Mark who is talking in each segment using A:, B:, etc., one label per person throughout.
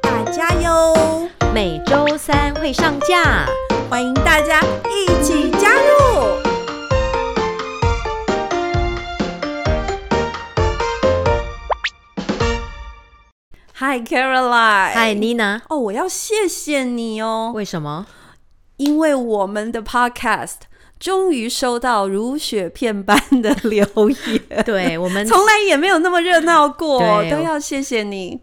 A: 大家哟，
B: 每周三会上架。
A: 欢迎大家一起加入。Hi Caroline，
B: 嗨，妮娜，
A: 哦，我要谢谢你哦，
B: 为什么？
A: 因为我们的 Podcast 终于收到如雪片般的留 言，
B: 对我们
A: 从来也没有那么热闹过，
B: 对
A: 都要谢谢你。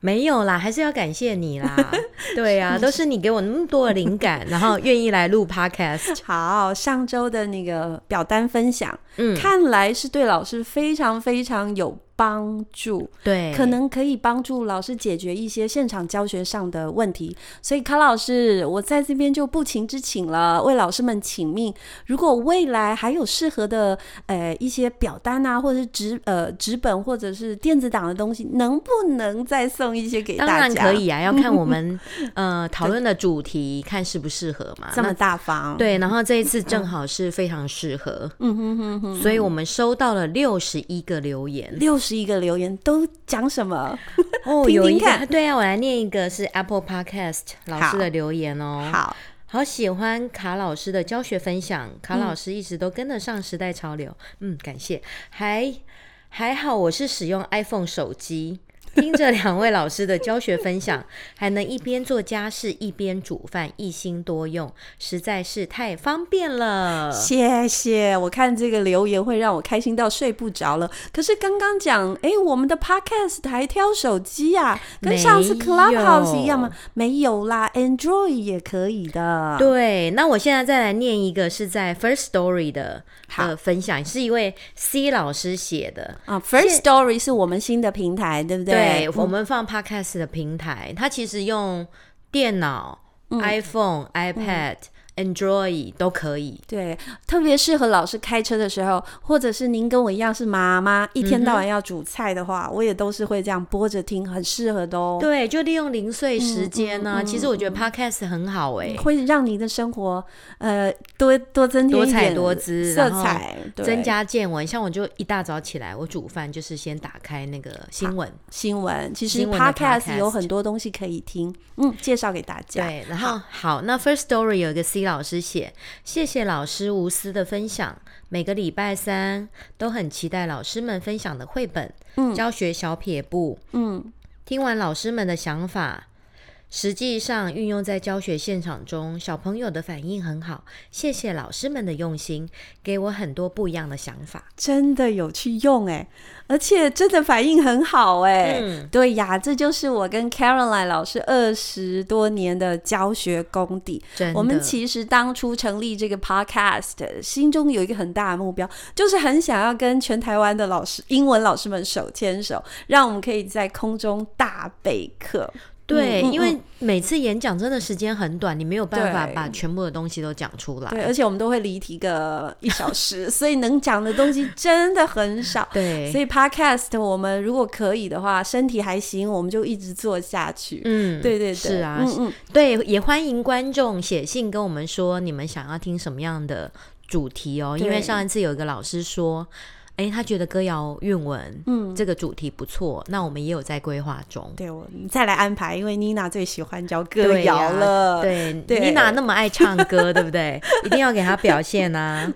B: 没有啦，还是要感谢你啦。 对啊，都是你给我那么多的灵感，然后愿意来录 podcast。
A: 好，上周的那个表单分享，
B: 嗯，
A: 看来是对老师非常非常有帮助，
B: 对，
A: 可能可以帮助老师解决一些现场教学上的问题。所以卡老师，我在这边就不情之请了，为老师们请命。如果未来还有适合的呃一些表单啊，或者是纸呃纸本或者是电子档的东西，能不能再送一些给
B: 当
A: 大
B: 然
A: 家？
B: 可，以啊，要看我 们呃讨论的主题，看适不适合嘛。
A: 这么
B: 啊那
A: 大方，，
B: 对，然后这一次正好是非常适合，
A: 嗯哼哼哼，
B: 所以我们收到了六十一个留言。
A: 六十一个留言都讲什么？
B: 哦
A: 听
B: 有一
A: 听看
B: 个对啊，我来念一个是 Apple Podcast 老
A: 好
B: 师的留言哦。
A: 好。
B: 好喜欢卡老师的教学分享，
A: 嗯
B: 卡老师一直都跟得上时代潮流。嗯，感谢。还还好，我是使用 iPhone 手机，听着两位老师的教学分享，还能一边做家事一边煮饭，一心多用，实在是太方便了。
A: 谢谢，我看这个留言会让我开心到睡不着了。可是刚刚讲，哎，我们的 podcast 还挑手机呀、跟上次
B: 没
A: Clubhouse
B: 有
A: 一样吗？没有啦，Android 也可以的。
B: 对，那我现在再来念一个是在 First Story 的
A: 好
B: 的分享，是一位 C 老师写的。
A: 啊，First Story 是我们新的平台，对不嗯
B: 对
A: 对？
B: 我们放 Podcast 的平台，它其实用电脑、iPhone、iPad、Android 都可以。
A: 对，特别适合老师开车的时候，或者是您跟我一样是妈妈，一天到
B: 嗯
A: 晚要煮菜的话，我也都是会这样播着听，很适合的哦。
B: 对，就利用零碎
A: 嗯
B: 时间呢、其实我觉得 Podcast 很好哎、
A: 会让您的生活，呃，多多增添
B: 多
A: 一
B: 彩
A: 点
B: 多姿
A: 色
B: 然后
A: 彩，对
B: 增加见闻，像我就一大早起来，我煮饭就是先打开那个新闻，
A: 新闻，其实
B: 新闻的
A: podcast
B: podcast
A: 有很多东西可以听，嗯，介绍给大家。
B: 对，然后好，那 First Story 有一个 C 老师写，谢谢老师无私的分享，每个礼拜三都很期待老师们分享的绘本、教学小撇步，
A: 嗯，
B: 听完老师们的想法，实际上运用在教学现场中，小朋友的反应很好。谢谢老师们的用心，给我很多不一样的想法。
A: 真的有去用哎、而且真的反应很好哎、
B: 嗯
A: 对呀，这就是我跟 Caroline 老师二十多年的教学功底。
B: 真的，
A: 我们其实当初成立这个 podcast，心中有一个很大的目标，就是很想要跟全台湾的老师、英文老师们手牵手，让我们可以在空中大备 课。
B: 对，
A: 嗯嗯
B: 因为每次演讲真的时间很短，你没有办法
A: 对
B: 把全部的东西都讲出来。
A: 对，而且我们都会离题个一小时， 所以能讲的东西真的很少。
B: 对，
A: 所以 podcast 我们如果可以的话，身体还行，我们就一直做下去。
B: 嗯，
A: 对对对，
B: 是啊，
A: 嗯嗯，
B: 对，也欢迎观众写信跟我们说你们想要听什么样的主题哦。因
A: 对
B: 为上一次有一个老师说，诶，他觉得歌谣韵文，嗯，这个主题不错，那我们也有在规划中。
A: 对我你再来安排，因为妮娜最喜欢教歌
B: 对呀
A: 谣了。呃
B: 对，
A: 对
B: 你哪那么爱唱歌，对 不对？一定要给他表现啊！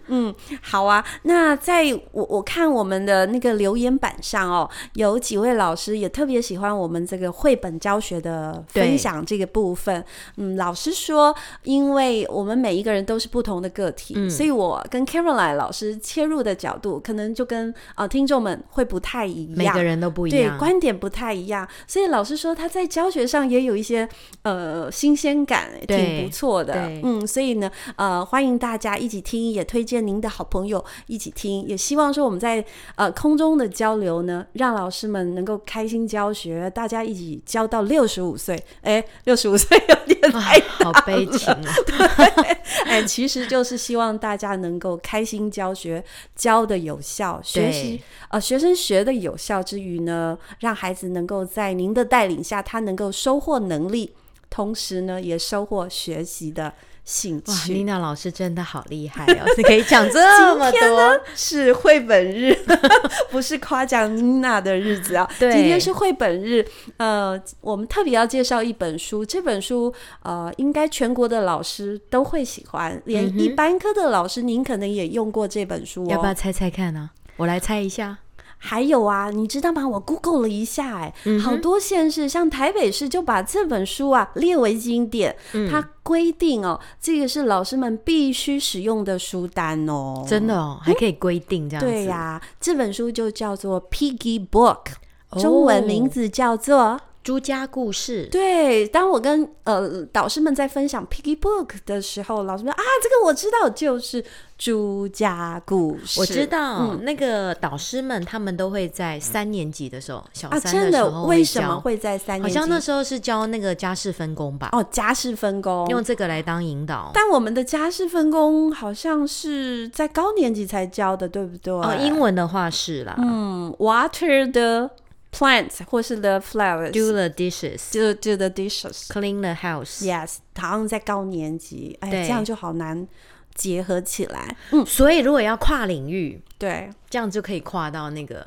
A: 好啊，那在我我看我们的那个留言板上哦，有几位老师也特别喜欢我们这个绘本教学的分
B: 对
A: 享这个部分。嗯，老师说，因为
B: 嗯
A: 我们每一个人都是不同的个体，所以我跟 Caroline 老师切入的角度，可能就跟呃听众们会不太一
B: 每
A: 样
B: 个。人都不一
A: 对
B: 样，
A: 观点不太一样，所以老师说他在教学上也有一些呃新鲜感，
B: 对
A: 挺不错的
B: 对。
A: 嗯，所以呢，呃，欢迎大家一起听，也推荐您的好朋友一起听，也希望说我们在呃空中的交流呢，让老师们能够开心教学，大家一起教到六十五岁。哎，六十五岁有 点
B: 啊
A: 太
B: 好悲情 哦。
A: 哎，其实就是希望大家能够开心教学，教的有效，学
B: 对
A: 习呃学生学的有效之余呢，让孩子能够在您的带领下，他能够收获能力，同时呢也收获学习的兴
B: 哇，
A: 趣。
B: 妮娜老师真的好厉害哦，你可以讲这么
A: 今天呢
B: 多，
A: 是绘本日， 不是夸奖妮娜的日子啊。
B: 对
A: 今天是绘本日。呃，我们特别要介绍一本书，这本书呃，应该全国的老师都会喜欢，连
B: 嗯哼
A: 一般科的老师您可能也用过这本书哦。
B: 要不要猜猜看呢、我来猜一下，
A: 还有啊，你知道吗？我 Google 了一下、哎、
B: 嗯
A: 好多县市，像台北市就把这本书啊列为经典，
B: 嗯
A: 它规定哦，这个是老师们必须使用的书单哦。
B: 真的哦，还可以规定这样子。
A: 对呀、这本书就叫做《Piggy Book》，
B: 哦
A: 中文名字叫做。
B: 朱家故事，
A: 对，当我跟呃导师们在分享《Piggy Book》的时候，老师们说啊，这个我知道，就是朱家故事。
B: 我知道、
A: 嗯
B: 那个导师们他们都会在三年级的时候，小
A: 啊，
B: 三
A: 真
B: 时
A: 的，
B: 候
A: 为
B: 会
A: 什
B: 教，
A: 么会在三年
B: 好
A: 级？
B: 像那时候是教那个家事分工吧，
A: 哦，家事分工。
B: 用这个来当引导。
A: 但我们的家事分工好像是在高年级才教的，对不对？
B: 哦，英文的话是啦、
A: 嗯，water the plants 或是 the
B: d o
A: flowers，do
B: the dishes,
A: do do the dishes。
B: clean the house。
A: Yes，好像在高年级，哎，
B: 对
A: 这样就好难结合起来。
B: 所以如果要跨领域，
A: 对，
B: 这样就可以跨到那个，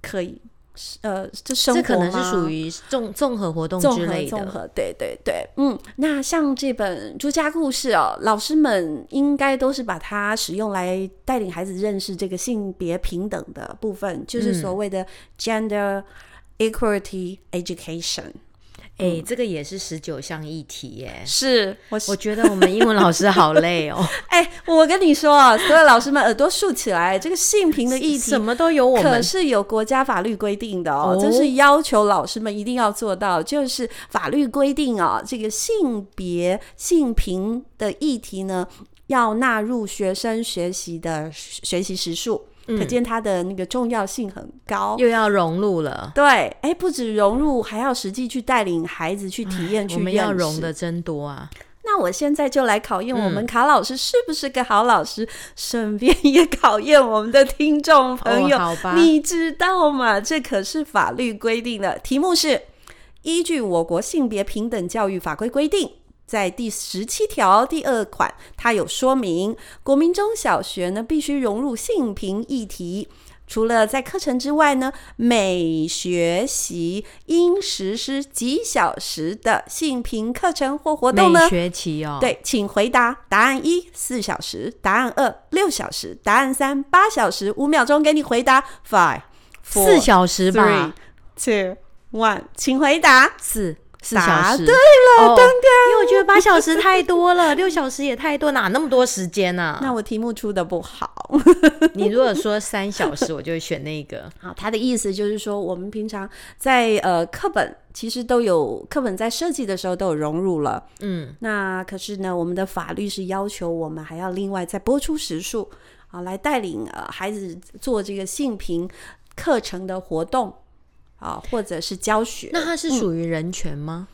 A: 可以，是呃，这生活
B: 这可能是属
A: 于。
B: 于综综合活动
A: 综
B: 之
A: 合
B: 类
A: 综
B: 的。
A: 合，对对对，嗯，那像这本《朱家故事》哦，老师们应该都是把它使用来带领孩子认识这个性别平等的部分，就是所谓
B: 嗯
A: 的 gender equality education。
B: 哎、这个也是十九项议题 耶。
A: 是我
B: 我觉得我们英文老师好累 哦，
A: 哎、我跟你说啊，所有老师们耳朵竖起来，这个性平的议题
B: 什么都有我
A: 可
B: 们。
A: 是有国家法律规定的哦，
B: 哦
A: 这是要求老师们一定要做到，就是法律规定啊，这个性别性平的议题呢，要纳入学生学习的学学习时数，
B: 嗯
A: 可见它的那个重要性很高。
B: 又要融入了，
A: 对，哎，不止融入，还要实际去带领孩子去体验、去
B: 我们要
A: 认识
B: 融的嗯真多啊！
A: 那我现在就来考验我们卡老师是不是个好老师，顺便也考验我们的听众朋友。
B: 哦好吧
A: 嗯你知道吗？这可是法律规定的。题目是：依据我国性别平等教育法规规定。在第十七条第二款，它有说明，国民中小学呢必须融入性平议题。除了在课程之外呢，每学习应实施几小时的性平课程或活动呢
B: 每？学期哦，，
A: 对，请回答答案一四小时，答案二六小时，答案三八小时，五秒钟给你回答。Five,
B: 四
A: four,
B: 小时吧，
A: three, two, one，请回答。
B: 四四
A: 答
B: 小时。
A: 对
B: 了，当然，因为我觉得八小时太多了，六小时也太多，哪那么多时间呢、
A: 那我题目出的不好。
B: 你如果说三小时，我就会选那个。
A: 好，他的意思就是说，我们平常在呃课本其实都有课本在设计的时候都有融入了，
B: 嗯，
A: 那可是呢，我们的法律是要求我们还要另外再拨出时数啊，来带领呃孩子做这个性平课程的活动啊，或者是教学。
B: 那它是属于人权吗？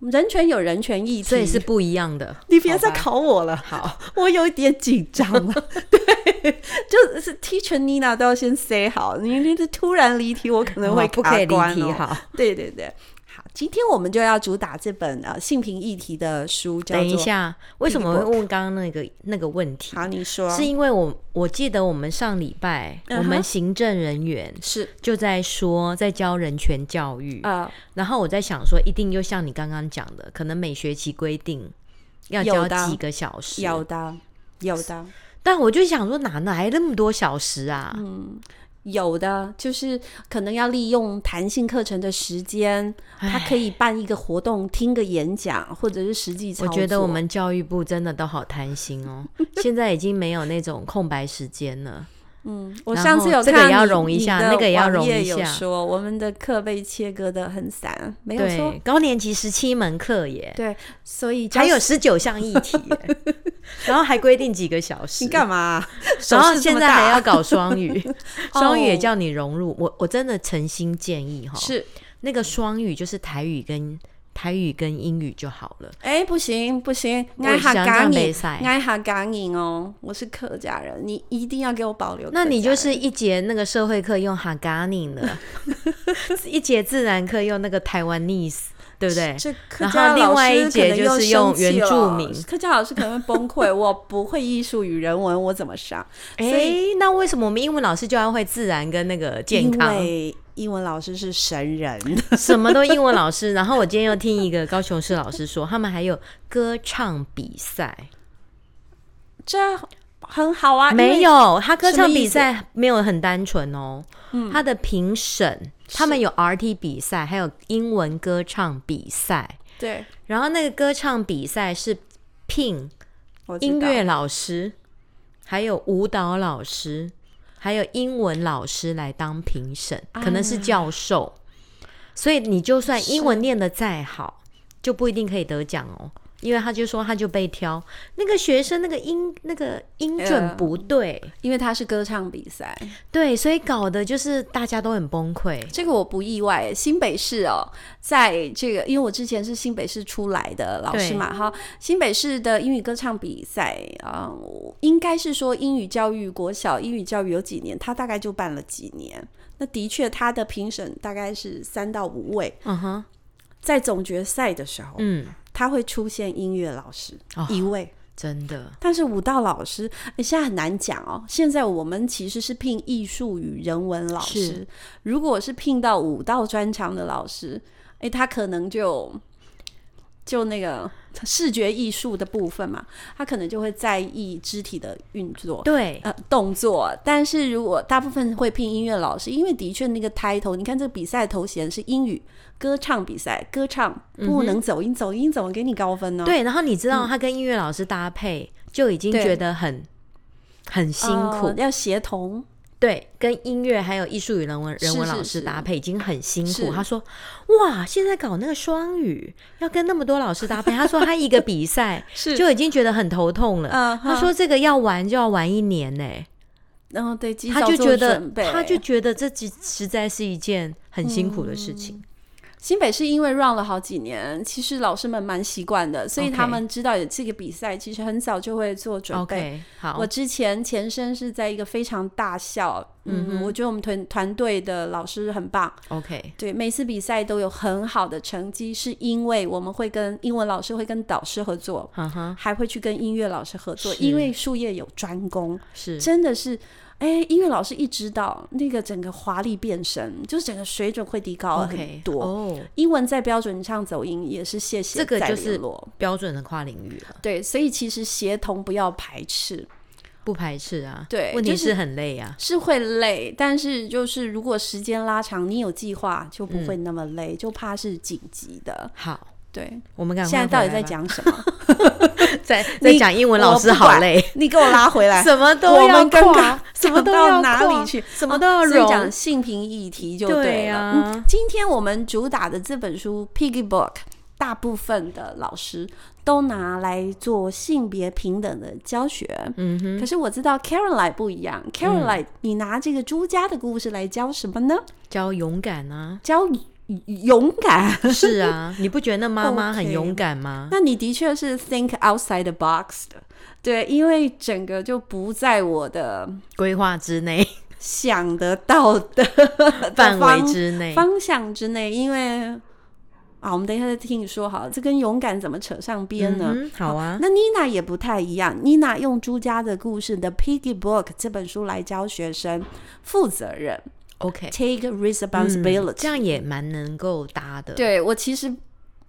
A: 人权有人权议题，
B: 所以是不一样的。
A: 你别再
B: 好吧
A: 考我了，
B: 好，
A: 我有一点紧张 了。对，就是 Teacher Nina 都要先 say 好，你你这突然离题，我可能会
B: 哦不可以离
A: 卡关
B: 题
A: 哦
B: 好。
A: 对对对，好，今天我们就要主打这本呃性平议题的书，叫做
B: 等一。下，为什么会
A: Piggy
B: 问刚刚那个那个问题？
A: 好，你说
B: 是因为我我记得我们上礼拜、
A: 嗯哼
B: 我们行政人员
A: 是
B: 就在说在教人权教育，
A: 呃
B: 然后我在想说，一定又像你刚刚讲的，可能每学期规定要
A: 有
B: 教
A: 的
B: 几个小时，
A: 有的有的
B: 但我就想说哪来那么多小时啊？
A: 嗯有的，就是可能要利用弹性课程的时间，他可以办一个活动，听个演讲，或者是实际操
B: 我
A: 作。
B: 觉得 我们教育部真的都好贪心哦，现在已经没有那种空白时间了。
A: 嗯，我
B: 然
A: 上次
B: 后
A: 有
B: 这
A: 看
B: 个也要
A: 你
B: 融一
A: 你
B: 下
A: 的
B: 那个也要
A: 网
B: 融
A: 页
B: 一
A: 有
B: 下
A: 说我们的课被切割的很散，没有错
B: 对，。高年级十七门课耶，
A: 对，所以就
B: 还有
A: 是
B: 十九项议题 耶，然后还规定几个小时
A: 你。干嘛？
B: 然后
A: 手势这
B: 现
A: 么
B: 在还
A: 大
B: 要搞双语， 双语也
A: 哦
B: 叫你融入。我我真的诚心建议哈，
A: 是，
B: 那个双语就是台语跟台语跟英语就好了。
A: 哎，不行不行，
B: 我
A: 爱哈
B: 想
A: 嘎
B: 这样
A: 你
B: 没赛，
A: 爱哈嘎你哦，我是客家人，你一定要给我保留客家
B: 那
A: 人。
B: 你就是一节那个社会课用 h a g a n i 了， 一节自然课用那个台湾 Nis，对不对？
A: 这客
B: 然
A: 家
B: 后
A: 老
B: 另外
A: 师
B: 一
A: 可
B: 节
A: 能
B: 就
A: 又
B: 是
A: 生
B: 用
A: 气
B: 原住
A: 了
B: 民
A: 客家老师可能会崩 溃。我不会艺术与人文，我怎么上？
B: 哎、
A: 所以
B: 那为什么我们英文老师就要会自然跟那个健康
A: 因，为英文老师是神 人，
B: 什么都英文老师？然后我今天又听一个高雄市老师说，他们还有歌唱比赛，
A: 这很好啊。因为
B: 没有，他歌
A: 什
B: 唱
A: 么意
B: 比
A: 思嗯
B: 赛没有很单纯哦，他的评审他们有 RT 比赛，还有英文歌唱比赛，
A: 对，
B: 然后那个歌唱比赛是聘
A: 我知道
B: 音乐老师，还有舞蹈老师，还有英文老师来当评审，
A: 啊
B: 可能是教授。所以你就算英文念得再好，就不一定可以得奖哦。因为他就说他就被挑，那个学生那个音那个音准
A: 呃
B: 不对，
A: 因为他是歌唱比赛，
B: 对，所以搞得就是大家都很崩溃。
A: 这个我不意外。新北市哦，在这个，因为我之前是新北市出来的老师嘛，哈，新北市的英语歌唱比赛啊、我应该是说英语教育国小英语教育有几年，他大概就办了几年。那的确，他的评审大概是三到五位，
B: 嗯哼，
A: 在总决赛的时候，
B: 嗯，
A: 他会出现音乐老师、
B: 哦
A: 一位。
B: 真的，
A: 但是舞蹈老师、诶现在很难讲哦。现在我们其实是聘艺术与人文老师
B: 是，
A: 如果是聘到舞蹈专长的老师，哎、他可能就就那个视觉艺术的部分嘛，他可能就会在意肢体的运作。
B: 对，
A: 呃，动作，但是如果大部分会聘音乐老师，因为的确那个 title，你看这个比赛头衔是英语歌唱比赛，歌唱不能走音，走音怎么给你高分呢？哦
B: 嗯对，然后你知道他跟音乐老师搭配，就已经
A: 嗯对
B: 觉得很很辛
A: 呃
B: 苦，
A: 要协同，
B: 对，跟音乐还有艺术与人文人
A: 是
B: 文
A: 是
B: 老
A: 是
B: 师搭配已经很辛
A: 是
B: 苦。他说：“哇，现在搞那个双语，要跟那么多老师搭配。”他说他一个比赛
A: 是
B: 就已经觉得很头痛了。
A: 嗯
B: 他
A: 哼
B: 说这个要玩就要玩一年呢、
A: 然后嗯对，及
B: 他
A: 早
B: 就
A: 做
B: 觉得
A: 准备
B: 他就觉得这实实在是一件很辛
A: 嗯
B: 苦的事情。
A: 新北是因为 run 了好几年，其实老师们蛮习惯的，所以
B: OK
A: 他们知道有这个比赛，其实很早就会做准备。
B: OK，好
A: 我，之前前身是在一个非常大校，嗯，我觉得我们团团队的老师很棒，
B: OK，
A: 对，每次比赛都有很好的成绩，是因为我们会跟英文老师会跟导师合作，
B: 哈哈，
A: 还会去跟音乐老师合作，
B: 是
A: 因为术业有专攻，
B: 是
A: 真的是。哎，音乐老师一指导，那个整个华丽变身，就是整个水准会提高很
B: OK
A: 多。
B: 哦，
A: 英文在标准上走音也是谢谢
B: 这个
A: 再
B: 就是
A: 联络
B: 标准的跨领域了，
A: 对，所以其实协同不要排斥，
B: 不排斥啊。
A: 对
B: 问
A: 就
B: 题
A: 是
B: 是很累啊。
A: 是会累，但是就是如果时间拉长，你有计划就不会那么累，就怕是紧急的。
B: 好，
A: 对，
B: 我们赶快
A: 现在到底
B: 回
A: 在
B: 来吧
A: 讲什么？
B: 在在
A: 你
B: 讲英文
A: 我
B: 老
A: 不
B: 师好
A: 管
B: 累。
A: 你给我拉回来，
B: 什么
A: 我
B: 都要
A: 们刚
B: 跨
A: 刚
B: 什么都
A: 讲
B: 要
A: 到哪
B: 跨
A: 里去？
B: 什么都要
A: 哦所以
B: 融
A: 讲性平议题就
B: 对
A: 了。
B: 啊
A: 嗯今天我们主打的这本书《Piggy Book》，大部分的老师都拿来做性别平等的教学。
B: 嗯哼，嗯
A: 可是我知道 Caroline 不一样，Caroline，、你拿这个朱家的故事来教什么呢？，
B: 教勇敢啊
A: 教勇敢。
B: 是啊，你不觉得那妈妈很
A: OK
B: 勇敢吗？
A: 那你的确是 think outside the box 的，对，因为整个就不在我的
B: 规划之 内，
A: 想得到的的
B: 范围
A: 方
B: 之内，
A: 方向之内，因为啊，我们等一下再听你说好了，这跟勇敢怎么扯上边呢？
B: 嗯哼，好啊，
A: 那妮娜也不太一样，妮娜用朱家的故事的《Piggy Book》这本书来教学生负责任
B: OK，
A: ，take
B: 嗯
A: responsibility。
B: 这样也蛮能够搭的，
A: 对我其实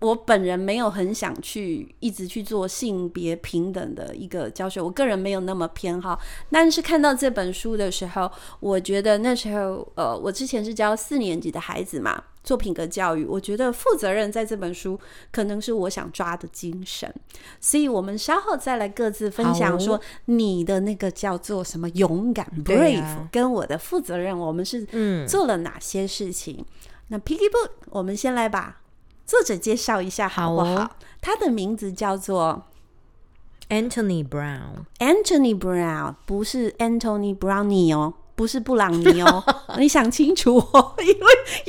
A: 我本人没有很想去一直去做性别平等的一个教学，我个人没有那么偏好。但是看到这本书的时候，我觉得那时候呃，我之前是教四年级的孩子嘛，做品格教育。我觉得负责任在这本书可能是我想抓的精神，所以我们稍后再来各自分
B: 好
A: 享
B: 哦
A: 说你的那个叫做什么勇敢
B: 对
A: brave，、
B: 啊
A: 跟我的负责任，我们是
B: 嗯
A: 做了哪些事情。那 Piggy Book，我们先来把作者介绍一下好不好？
B: 好哦
A: 他的名字叫做
B: ，Anthony Brown，
A: Anthony Brown，不是 Anthony Brownie 哦，不是布朗尼 哦，你想清楚哦。因为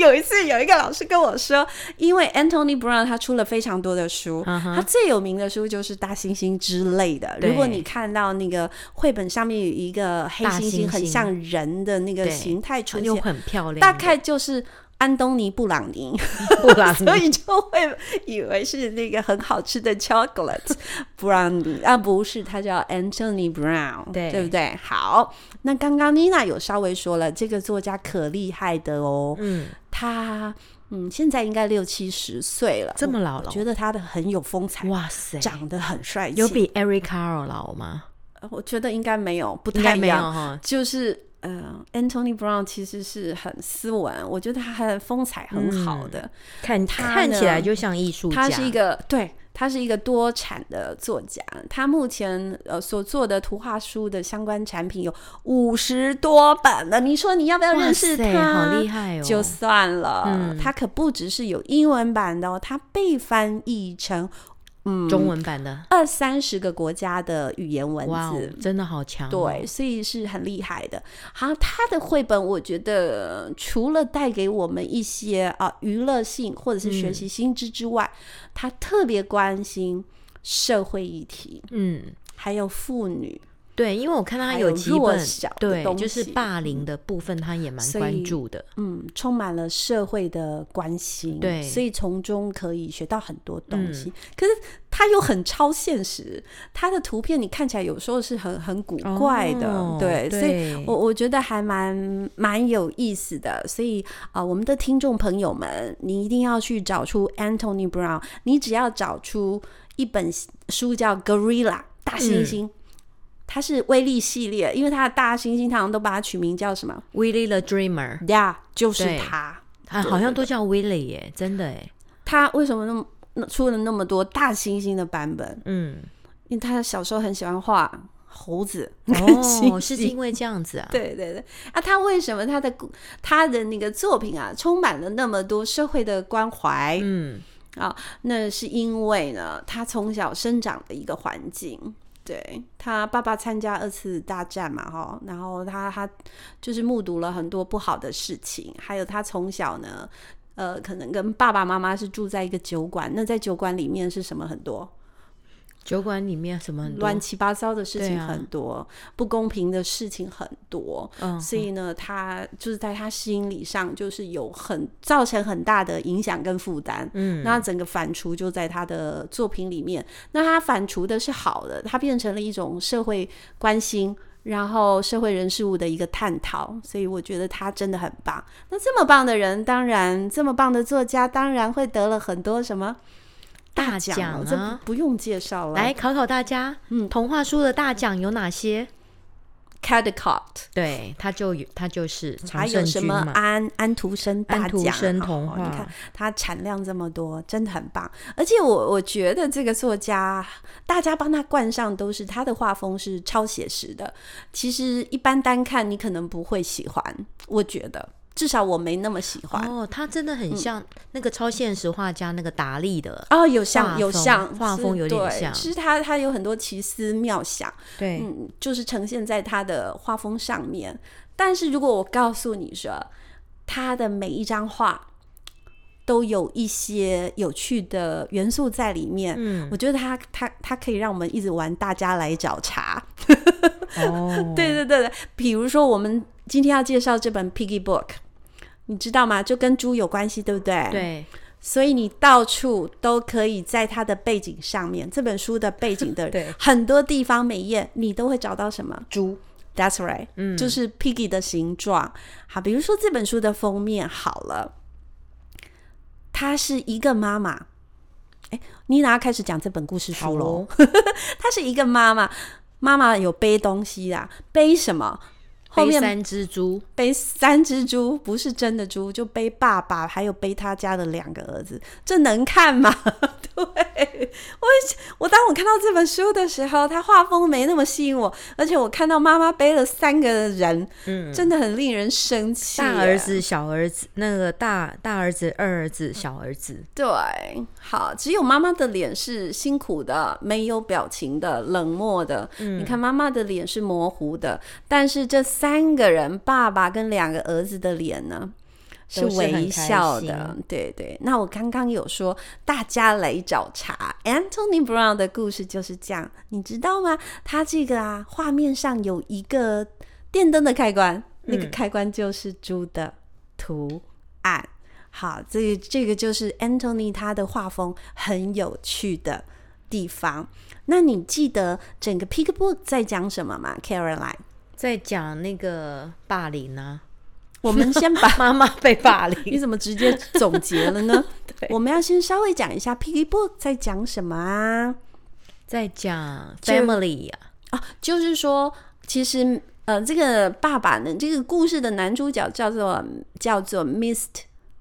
A: 有一次有一个老师跟我说，因为 Anthony Brown 他出了非常多的书
B: 嗯哼
A: 他最有名的书就是《大猩猩》之类的。
B: 对
A: 如果你看到那个绘本上面有一个黑
B: 大
A: 猩
B: 猩
A: 猩很
B: 猩
A: 像人的那个
B: 对
A: 形态出
B: 又
A: 现，
B: 很漂亮，
A: 大概就是安东尼·布朗尼。
B: 布朗
A: 所
B: 尼，
A: 以就会以为是那个很好吃的 chocolate brownie 啊，不是，它叫 Anthony Brown，
B: 对
A: 对不对？好，那刚刚妮娜有稍微说了，这个作家可厉害的哦，
B: 嗯，
A: 他嗯现在应该六七十岁了，
B: 这么老
A: 我
B: 了，
A: 觉得他的很有风采，
B: 哇塞，
A: 长得很帅气，
B: 有比 Eric Carroll 老吗？
A: 呃我觉得应该没有，不
B: 应该
A: 太一
B: 没有
A: 样，
B: 哈，
A: 就是呃，Anthony Brown 其实是很斯文，我觉得他很风采很
B: 嗯
A: 好的。
B: 看
A: 他呢
B: 看起来就像艺术家，
A: 他是一个对，他是一个多产的作家。他目前呃所做的图画书的相关产品有五十多本呢。你说你要不要认识
B: 哇塞
A: 他？
B: 好厉害哦，
A: 就算了，
B: 嗯
A: 他可不只是有英文版的哦，他被翻译成
B: 中文版的，
A: 二三十个国家的语言文
B: 哇哦
A: 字。，
B: 真的好强哦，
A: 对，所以是很厉害的。好，他的绘本我觉得呃除了带给我们一些啊娱乐性或者是学习新知之外，他特别关心社会议题，
B: 嗯，
A: 还有妇女，
B: 对，因为我看到他
A: 还有
B: 几
A: 弱
B: 本
A: 小的
B: 对，
A: 东
B: 就是
A: 西
B: 霸凌的部分，他也蛮
A: 所以
B: 关注的。
A: 嗯，充满了社会的关心。
B: 对嗯
A: 所以从中可以学到很多东西。可是他又很超现实，他的图片你看起来有时候是很很古怪的，
B: 哦
A: 对，所以
B: 对
A: 我我觉得还蛮蛮有意思的，所以啊、呃我们的听众朋友们，你一定要去找出 Anthony Brown，你只要找出一本书叫《Gorilla》大猩猩。它是威力系列，因为它的大猩猩，它好像都把它取名叫什么
B: Willie the Dreamer，
A: 呀就是
B: 对
A: 它。
B: 啊，好像都叫 Willie 耶，真的哎，
A: 它为什么那么那出了那么多大猩猩的版本？
B: 嗯，
A: 因为他小时候很喜欢画猴子，
B: 哦，是因为这样子 啊，
A: 对对对，啊，他为什么他的故他的那个作品啊，充满了那么多社会的关怀？
B: 嗯，
A: 啊，那是因为呢，他从小生长的一个环境。对他爸爸参加二次大战嘛，哈，然后他他就是目睹了很多不好的事情，还有他从小呢，呃，可能跟爸爸妈妈是住在一个酒馆，那在酒馆里面是什么很多
B: 酒馆里面什么很多
A: 乱，七八糟的事
B: 对
A: 情
B: 啊
A: 很多，不公平的事情很多，
B: 嗯，
A: 所以呢，他就是在他心理上就是有很造成很大的影响跟负担。
B: 嗯，
A: 那整个反刍就在他的作品里面。那他反刍的是好的，他变成了一种社会关心，然后社会人事物的一个探讨。所以我觉得他真的很棒。那这么棒的人，当然这么棒的作家，当然会得了很多什么
B: 大
A: 奖
B: 奖
A: 哦，这
B: 啊
A: 不不用介绍了。
B: 来考考大家，
A: 嗯
B: 童话书的大奖有哪些？
A: ，Caldecott。
B: 对，他就有，他就是
A: 嗯还
B: 常
A: 有
B: 胜
A: 什
B: 军
A: 么
B: 嘛，
A: 安安徒生大
B: 安徒
A: 奖啊、
B: 生童
A: 哦你
B: 话
A: 看它产量这么多，真的很棒。而且我我觉得这个作家，大家帮他冠上都是他的画风是超写实的。其实一般单看你可能不会喜欢，我觉得至少我没那么喜欢。哦
B: 哦，他真的很像那个超现实画家那个达利的，
A: 哦有
B: 画
A: 像有
B: 风
A: 像
B: 画
A: 是
B: 风有点
A: 对
B: 像
A: 其实他他有很多奇思妙想，
B: 对，
A: 嗯，就是呈现在他的画风上面。但是如果我告诉你说，他的每一张画都有一些有趣的元素在里面，
B: 嗯，
A: 我觉得他他他可以让我们一直玩大家来找茬。
B: 哦，
A: 对对对对，比如说我们今天要介绍这本《Piggy Book》，你知道吗？就跟猪有关系，对不对？。
B: 对，
A: 所以你到处都可以在它的背景上面，这本书的背景的
B: 对
A: 很多地方每页，你都会找到什么？
B: 猪，
A: That's right，
B: 嗯
A: 就是 Piggy 的形状。好，比如说这本书的封面好了，它是一个妈妈。哎，妮娜要开始讲这本故事
B: 好哦
A: 书喽。
B: 喽，
A: 她是一个妈妈，妈妈有背东西啊，背什么？后
B: 背
A: 面
B: 三只猪，
A: 背三只猪，不是真的猪，就背爸爸，还有背他家的两个儿子，这能看吗？ 对我，我当我看到这本书的时候，它画风没那么吸引我，而且我看到妈妈背了三个人，
B: 嗯，
A: 真的很令人生气。
B: 大儿，子、小儿子，那个大大儿子、二儿子、小儿子，
A: 对，好，只有妈妈的脸是辛苦的，没有表情的，冷漠的。
B: 嗯
A: 你看妈妈的脸是模糊的，但是这三个人，爸爸跟两个儿子的脸呢？是
B: 都是很
A: 微
B: 开
A: 笑
B: 心
A: 的，对对。那我刚刚有说，大家来找茬。Anthony Brown 的故事就是这样，你知道吗？他这个啊，画面上有一个电灯的开关，那
B: 嗯
A: 个开关就是猪的图案。好，这个这个就是 Anthony 他的画风很有趣的地方。那你记得整个 Pig Book 在讲什么吗，Caroline？
B: 在讲那个霸凌啊，
A: 我们先把
B: 妈妈被霸
A: 你
B: 凌，
A: 怎么直接总结了呢？我们要先稍微讲一下 Piggy Book 在讲什么啊？
B: 在 讲
A: 就
B: family 啊，
A: 啊，就是说，其实呃，这个爸爸呢，这个故事的男主角叫做叫做 Mist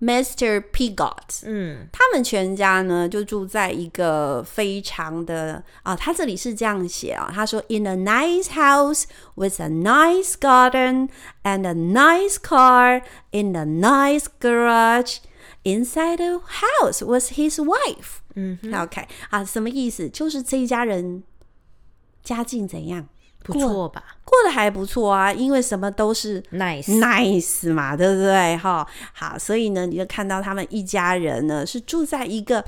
A: Master Pigot，
B: 嗯，
A: 他们全家呢就住在一个非常的啊，他这里是这样写啊，他说 In a nice house with a nice garden and a nice car in a nice garage. Inside the house was his wife. 嗯，OK 啊，什么意思？就是这一家人家境怎样，
B: 不错吧
A: 过得还不错啊，因为什么都是
B: ？Nice，
A: nice 嘛，对不对？哈，好，所以呢，你就看到他们一家人呢是住在一个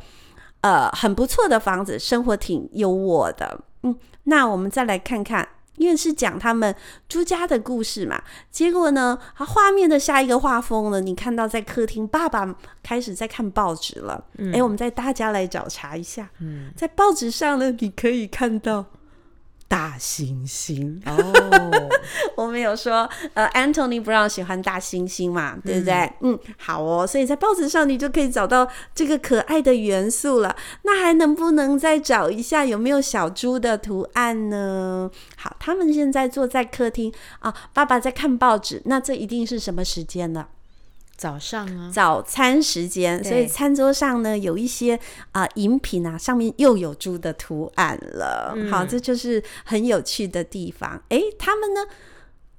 A: 呃很不错的房子，生活挺优渥的。嗯，那我们再来看看，因为是讲他们朱家的故事嘛。结果呢，啊画面的下一个画风呢，你看到在客厅，爸爸开始在看报纸了。哎、我们再大家来找查一下，嗯，在报纸上呢，你可以看到大猩猩。
B: 哦，
A: 我们有说，呃，Anthony Brown 喜欢大猩猩嘛，对不对？嗯好哦，所以在报纸上你就可以找到这个可爱的元素了。那还能不能再找一下有没有小猪的图案呢？好，他们现在坐在客厅啊，爸爸在看报纸，那这一定是什么时间了？
B: 早上啊，
A: 早餐时间，
B: 对
A: 所以餐桌上呢有一些啊、饮品啊，上面又有猪的图案了。好，这就是很有趣的地方。诶，他们呢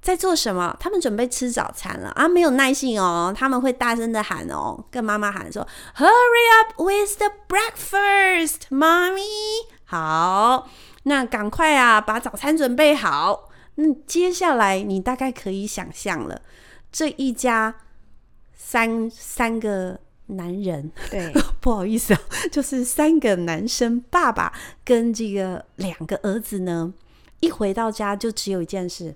A: 在做什么？他们准备吃早餐了啊，没有耐性哦，他们会大声的喊哦，跟妈妈喊说：“Hurry up with the breakfast, mommy！” 好，那赶快啊，把早餐准备好。那接下来你大概可以想象了，这一家三三个男人，
B: 对，
A: 不好意思啊，就是三个男生，爸爸跟这个两个儿子呢，一回到家就只有一件事：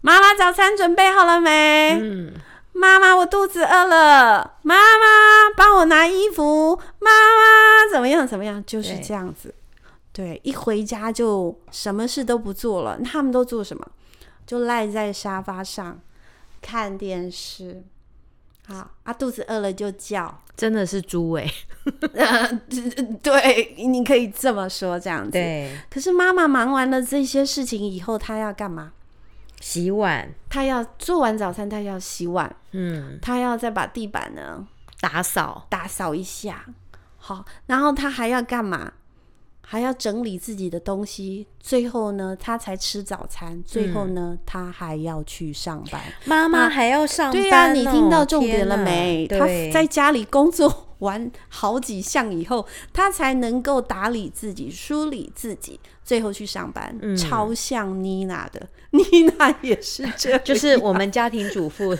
A: 妈妈早餐准备好了没？
B: 嗯，
A: 妈妈，我肚子饿了。妈妈，帮我拿衣服。妈妈，怎么样？怎么样？就是
B: 对
A: 这样子。对，一回家就什么事都不做了。那他们都做什么？就赖在沙发上看电视。好啊，肚子饿了就叫。
B: 真的是猪哎，
A: 呃对，你可以这么说，这样子。
B: 对，
A: 可是妈妈忙完了这些事情以后，她要干嘛？
B: 洗碗，
A: 她要做完早餐，她要洗碗，
B: 嗯，
A: 她要再把地板呢
B: 打扫，
A: 打扫一下，好，然后他还要干嘛？还要整理自己的东西，最后呢，他才吃早餐，最后呢，他还要去上班。
B: 妈妈还要上班哦，
A: 对呀、你听到重点了没？
B: 天
A: 他
B: 哪对
A: 在家里工作完好几项以后，他才能够打理自己、梳理自己，最后去上班，
B: 嗯
A: 超像妮娜的。 妮娜也是 这样，
B: 就是我们家庭主 妇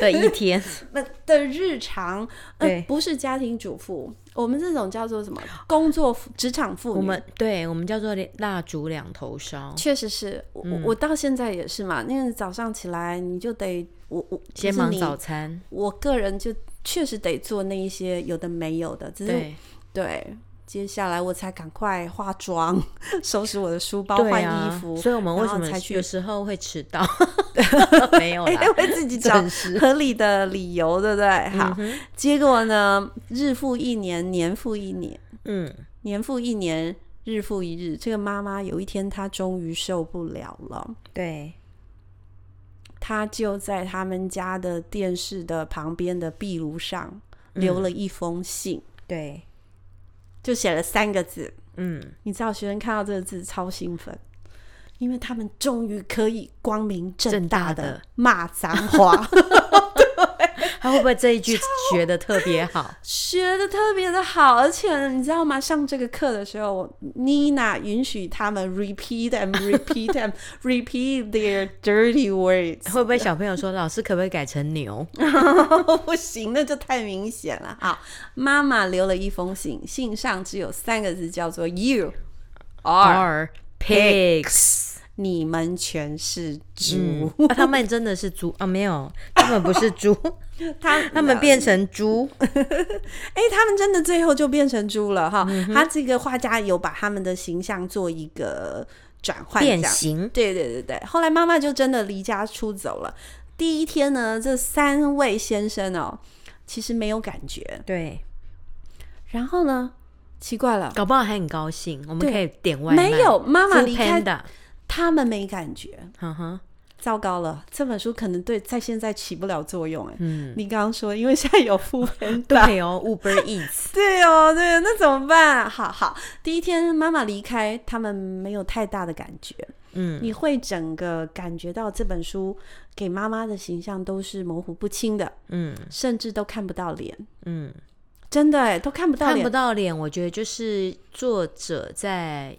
B: 的一天，
A: 那的日常，呃
B: 对，
A: 不是家庭主妇，我们这种叫做什么工作妇职场妇女，
B: 我们对我们叫做蜡烛两头烧，
A: 确实是我、
B: 嗯
A: 我我到现在也是嘛，因为早上起来你就得我我
B: 先
A: 不是
B: 忙
A: 你
B: 早餐，
A: 我个人就确实得做那一些有的没有的，只是
B: 对
A: 对接下来我才赶快化妆，收拾我的书包，
B: 对
A: 换
B: 啊
A: 衣服，
B: 所以我们为
A: 然后
B: 什么
A: 才去
B: 有时候会迟到？没有啦
A: 哎，，为自己 找
B: 真是嗯
A: 合理的理由，对不对？好，结果呢，日复一年，年复一年，
B: 嗯，
A: 年复一年，日复一日。这个妈妈有一天她终于受不了了，
B: 对，
A: 他就在他们家的电视的旁边的壁炉上
B: 嗯
A: 留了一封信，
B: 对，
A: 就写了三个字。
B: 嗯，
A: 你知道，学生看到这个字超兴奋，因为他们终于可以光明正大
B: 正大
A: 的
B: 地
A: 骂脏 话，
B: 他会不会这一句学的特别好？
A: 学的特别的好。而且你知道吗？上这个课的时候，Nina 允许他们 repeat and repeat and repeat their dirty words。
B: 会不会小朋友说老师可不可以改成牛？
A: 哦不行，那就太明显了。好，妈妈留了一封信，信上只有三个字，叫做 “you are”，
B: are pigs。
A: 你们全是
B: 嗯
A: 猪。，
B: 啊他们真的是猪啊？没有，他们不是猪，
A: 他
B: 他们变成猪。
A: 哎、他们真的最后就变成猪了哈。他这个画家有把他们的形象做一个转换，这
B: 变
A: 样
B: 形
A: 对对对对，后来妈妈就真的离家出走了。第一天呢，这三位先生哦，其实没有感觉。
B: 对，
A: 然后呢，奇怪了，
B: 搞不好还很高兴，我们
A: 对
B: 可以点外卖。
A: 没有妈妈离开
B: Foodpanda，
A: 他们没感觉，
B: 哼嗯哼，
A: 糟糕了，这本书可能对在现在起不了作用哎。
B: 嗯，
A: 你刚刚说，因为现在有副本对
B: 对哦，Uber Eats，
A: 对哦，对，那怎么办？好好，第一天妈妈离开，他们没有太大的感觉。
B: 嗯，
A: 你会整个感觉到这本书给妈妈的形象都是模糊不清的，
B: 嗯
A: 甚至都看不到脸，
B: 嗯，
A: 真的哎，都看不到
B: 看
A: 脸
B: 不。到脸，我觉得就是作者在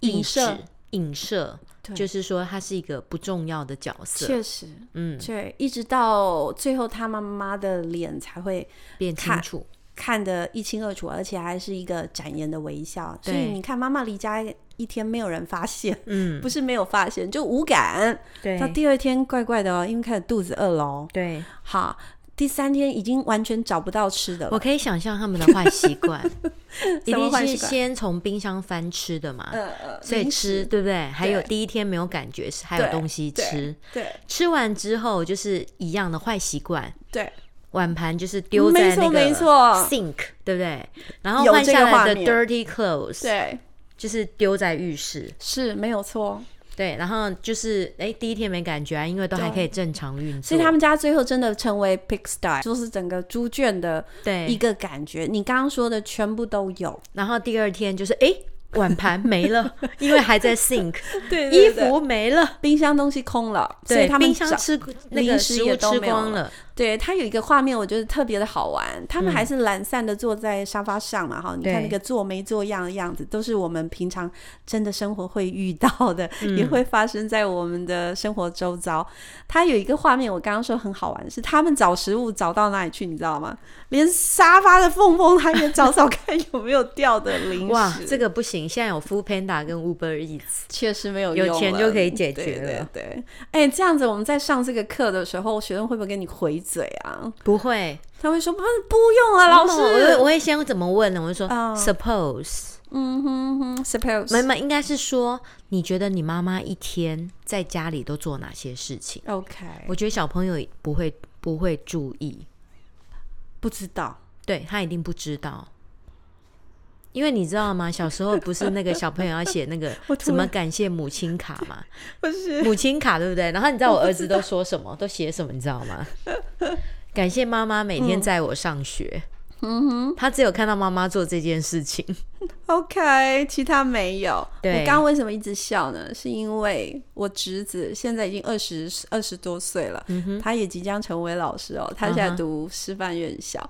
A: 影
B: 抑制
A: 射
B: 影射，
A: 对
B: 就是说他是一个不重要的角色，
A: 确实，
B: 嗯，
A: 对，一直到最后，他妈妈的脸才会
B: 变清
A: 看
B: 楚，
A: 看得一清二楚，而且还是一个展颜的微笑。所以
B: 对
A: 你看，妈妈离家一天没有人发现，
B: 嗯，
A: 不是没有发现，就无感。
B: 对
A: 到第二天怪怪的哦，因为开始肚子饿喽。
B: 对，
A: 好，第三天已经完全找不到吃的
B: 我
A: 了。
B: 可以想象他们的坏习惯，一
A: 什么
B: 定
A: 坏
B: 是
A: 习惯
B: 先从冰箱翻吃的嘛，
A: 呃呃，
B: 所以
A: 零
B: 吃
A: 食
B: 对不对？还有
A: 对
B: 第一天没有感觉，是还有
A: 对
B: 东西
A: 对
B: 吃，
A: 对
B: 吃完之后就是一样的坏习惯，
A: 对，
B: 碗盘就是丢在那
A: 没错
B: 个
A: 没错
B: sink，对不对？然后
A: 有
B: 换
A: 这
B: 下
A: 个画
B: 来的
A: 面
B: dirty clothes
A: 对，
B: 就是丢在浴室，
A: 是没有错。
B: 对，然后就是哎第一天没感觉啊，因为都还可以正常运作，
A: 所以他们家最后真的成为 pig sty，就是整个猪圈的一
B: 对，
A: 个感觉。你刚刚说的全部都有，
B: 然后第二天就是哎碗盘没 了，因为还在 sink，
A: 对
B: 衣服没了，
A: 冰箱东西空了，所以
B: 对，
A: 他们
B: 冰箱
A: 找
B: 吃那个
A: 零食
B: 食物
A: 也都
B: 吃
A: 没有
B: 光
A: 了
B: 了，
A: 对他有一个画面，我觉得特别的好玩。他们还是懒散的坐在沙发上嘛，哈、你看
B: 对
A: 那个坐没坐样的样子，都是我们平常真的生活会遇到的，也会发生在我们的生活周遭。他有一个画面，我刚刚说很好玩，是他们找食物找到哪里去，你知道吗？连沙发的缝缝，他也找找看有没有掉的零食。
B: 哇，这个不行！现在有 Food Panda 跟 Uber Eats，
A: 确实没有
B: 有
A: 用
B: 钱
A: 了
B: 就可以解决了
A: 对对对，哎、这样子我们在上这个课的时候，学生会不会跟你回嘴啊？
B: 不会，
A: 他会说不嗯不用了，老
B: 我会哦
A: 师。
B: 我会先怎么问呢？哦我就说、
A: 啊
B: Suppose，
A: 嗯哼哼
B: 没
A: ，suppose。
B: 没，应该是说你觉得你妈妈一天在家里都做哪些事情？
A: OK，
B: 我觉得小朋友不会不会注意，
A: 不知道。
B: 对他一定不知道。因为你知 道吗？小时候不是那个小朋友要写那个
A: 我突然
B: 什么感谢母亲卡嘛，
A: 不是，
B: 母亲卡对不对？然后你知道我儿子都说什 么，都写什么，你知道吗？感谢妈妈每天载我上学。嗯哼，他只有看到妈妈做这件事情。
A: OK，其他没有。
B: 对
A: 我刚为什么一直笑呢？是因为我侄子现在已经二十二十多岁了，他也即将成为老师哦。他现在
B: 嗯哼
A: 读师范院校。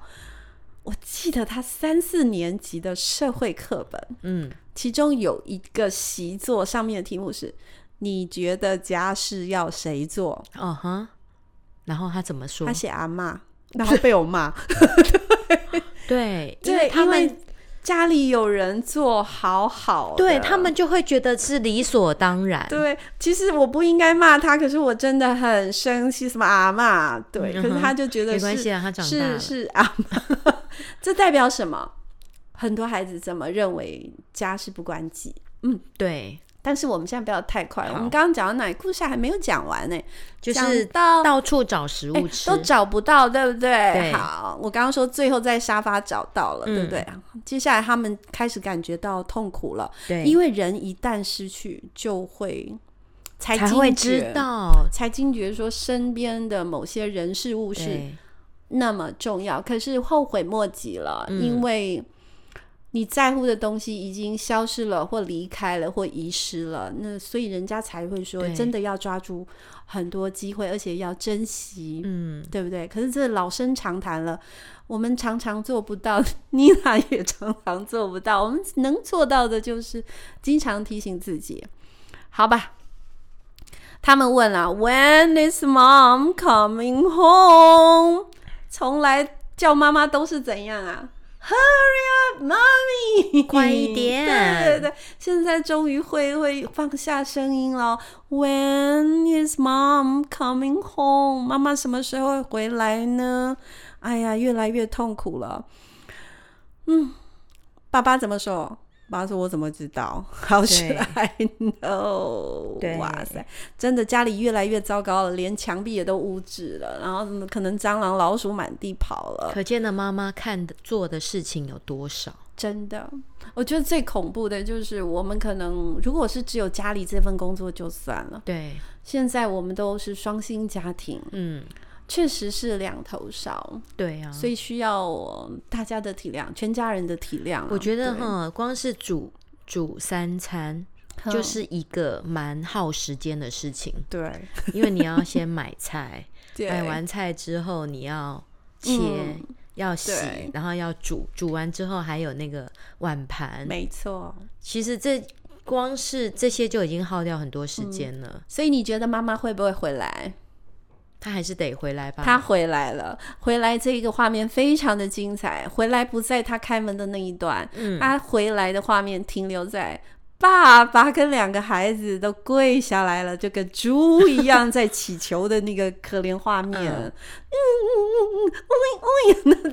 A: 我记得他三四年级的社会课本，
B: 嗯，
A: 其中有一个习作上面的题目是：你觉得家事要谁做？
B: 哦哈。然后他怎么说
A: 他？写阿嬷， 然后被我骂。
B: 对，因
A: 对，
B: 为他
A: 因
B: 们
A: 为家里有人做好好的，
B: 对他们就会觉得是理所当然。
A: 对，其实我不应该骂他，可是我真的很生气，什么阿嬷，对，
B: 嗯
A: 可
B: 嗯
A: 是
B: 哼
A: 他就觉得
B: 没关
A: 是
B: 系啊，他长大
A: 是
B: 了。
A: 是阿嬷， 这代表什么？很多孩子这么认为，家事不关己。
B: 对，
A: 但是我们现在不要太快，
B: 好
A: 我们刚刚讲到哪里？故事还没有讲完呢、
B: 就
A: 讲
B: 是
A: 到
B: 到处找食
A: 哎
B: 物吃。
A: 都找不到，对不对？
B: 对
A: 好，我刚刚说最后在沙发找到了，对
B: 嗯
A: 不对？接下来他们开始感觉到痛苦了，
B: 对，
A: 因
B: 为
A: 为人一旦失去，就会才
B: 才
A: 惊
B: 会
A: 觉
B: 知，道。
A: 才惊觉说身边的某些人事物是
B: 对，
A: 那么重要，可是后悔莫及了，
B: 嗯
A: 因为你在乎的东西已经消失了，或离开了，或遗失了，那所以人家才会说，
B: 对
A: 真的要抓住很多机会，而且要珍惜。
B: 嗯，
A: 对不对？可是这老生常谈了，我们常常做不到，妮娜也常常做不到。我们能做到的就是经常提醒自己，好吧？他们问了，When is mom coming home？从来叫妈妈都是怎样啊？Hurry up, mommy！
B: 快一点
A: 对对对，现在终于会会放下声音了。When is mom coming home？妈妈什么时候会回来呢？哎呀，越来越痛苦了。嗯，爸爸怎么说？爸爸说：“我怎么知道？” 好是
B: 对
A: I know。
B: 对
A: 哇塞，真的家里越来越糟糕了，连墙壁也都污渍了，然后嗯可能蟑螂、老鼠满地跑了。
B: 可见的妈妈看的做的事情有多少。
A: 真的，我觉得最恐怖的就是我们可能如果是只有家里这份工作就算了，
B: 对，
A: 现在我们都是双薪家庭，
B: 嗯，
A: 确实是两头烧，
B: 对啊。
A: 所以需要呃大家的体谅，全家人的体谅啊、
B: 我觉得
A: 对
B: 哈，光是煮煮三餐
A: 嗯
B: 就是一个蛮耗时间的事情，
A: 对，
B: 因为你要先买菜，
A: 对
B: 买完菜之后你要切。
A: 嗯
B: 要洗
A: 对，
B: 然后要煮，煮完之后还有那个碗盘。
A: 没错。
B: 其实这光是这些就已经耗掉很多时间了，
A: 所以你觉得妈妈会不会回来？
B: 他还是得回来吧。
A: 她回来了，回来这个画面非常的精彩。回来不在她开门的那一段，
B: 嗯
A: 她回来的画面停留在。爸爸跟两个孩子都跪下来了，就跟猪一样在祈求的那个可怜画面，嗯
B: 嗯
A: 嗯嗯，嗯，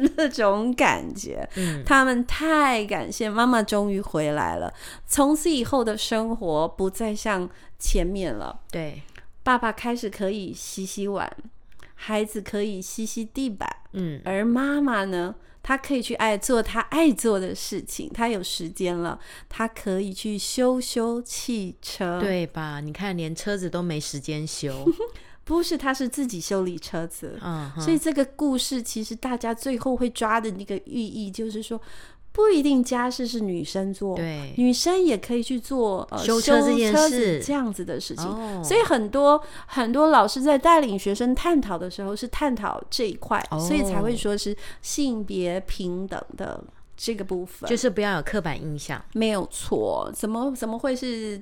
A: 那那种感觉，
B: 嗯，
A: 他们太感谢妈妈终于回来了。从此以后的生活不再像前面了，
B: 对，
A: 爸爸开始可以洗洗碗，孩子可以吸吸地板，
B: 嗯，
A: 而妈妈呢，她可以去爱做她爱做的事情，她有时间了，她可以去修修汽车。，
B: 对吧？你看，连车子都没时 间修，
A: 不是她是自己修理车子，
B: 嗯哼，
A: 所以这个故事其实大家最后会抓的那个寓意，就是说不一定家事是女生做，
B: 对
A: 女生也可以去做、呃、
B: 修
A: 车
B: 车这件
A: 子
B: 事
A: 这样子的事情。
B: 哦
A: 所以很多很多老师在带领学生探讨的时候，是探讨这一块，
B: 哦
A: 所以才会说是性别平等的这个部分，
B: 就是不要有刻板印象。
A: 没有错。怎么怎么会是？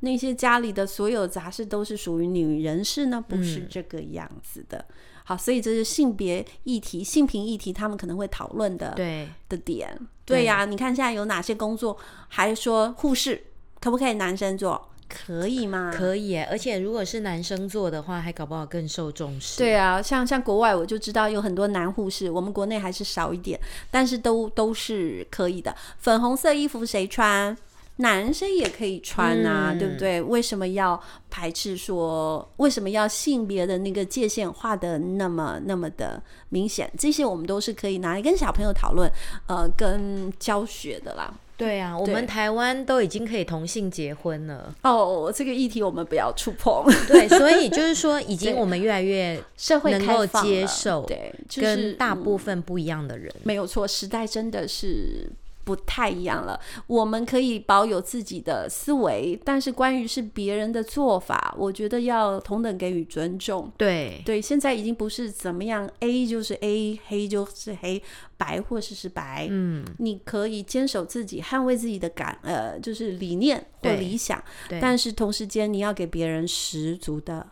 A: 那些家里的所有杂事都是属于女人事呢？不
B: 嗯
A: 是这个样子的。好，所以这是性别议题、性平议题，他们可能会讨论的
B: 对，
A: 的点。对呀、你看现在有哪些工作还说护士可不可以男生做？可以吗？
B: 可以耶。而且如果是男生做的话，还搞不好更受重视。
A: 对啊，像像国外我就知道有很多男护士，我们国内还是少一点，但是都都是可以的。粉红色衣服谁穿？男生也可以穿啊，
B: 嗯
A: 对不对？为什么要排斥说？为什么要性别的那个界限画的那么那么的明显？这些我们都是可以拿来跟小朋友讨论，呃，跟教学的啦。
B: 对啊，我
A: 对
B: 们台湾都已经可以同性结婚了。
A: 哦，这个议题我们不要触碰，
B: 对，所以就是说，已经
A: 对
B: 我们越来越
A: 社会
B: 能
A: 开
B: 够
A: 放
B: 接
A: 了
B: 受
A: 对，就是
B: 跟大
A: 嗯
B: 部分不一样的人。
A: 没有错，时代真的是不太一样了。我们可以保有自己的思维，但是关于是别人的做法，我觉得要同等给予尊重。
B: 对，
A: 对，现在已经不是怎么样，A 就是 A，黑就是黑，白或是是白。
B: 嗯，
A: 你可以坚守自己，捍卫自己的感，呃，就是理念或
B: 对
A: 理想，
B: 对。
A: 但是同时间你要给别人十足的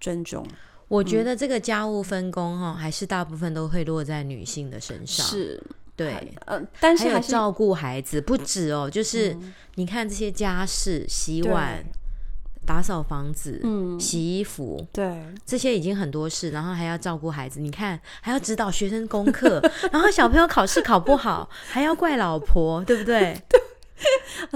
A: 尊重。
B: 我觉
A: 嗯
B: 得这个家务分工哈、还是大部分都会落在女性的身上。，
A: 是，
B: 对。
A: 呃，但是
B: 还有
A: 还是嗯
B: 照顾孩子，不止哦，就是你看这些家事、洗
A: 对
B: 碗、打扫房子、
A: 嗯，
B: 洗衣服，
A: 对，
B: 这些已经很多事，然后还要照顾孩子，你看还要指导学生功课，然后小朋友考试考不好，还要怪老婆，对 不对？
A: 啊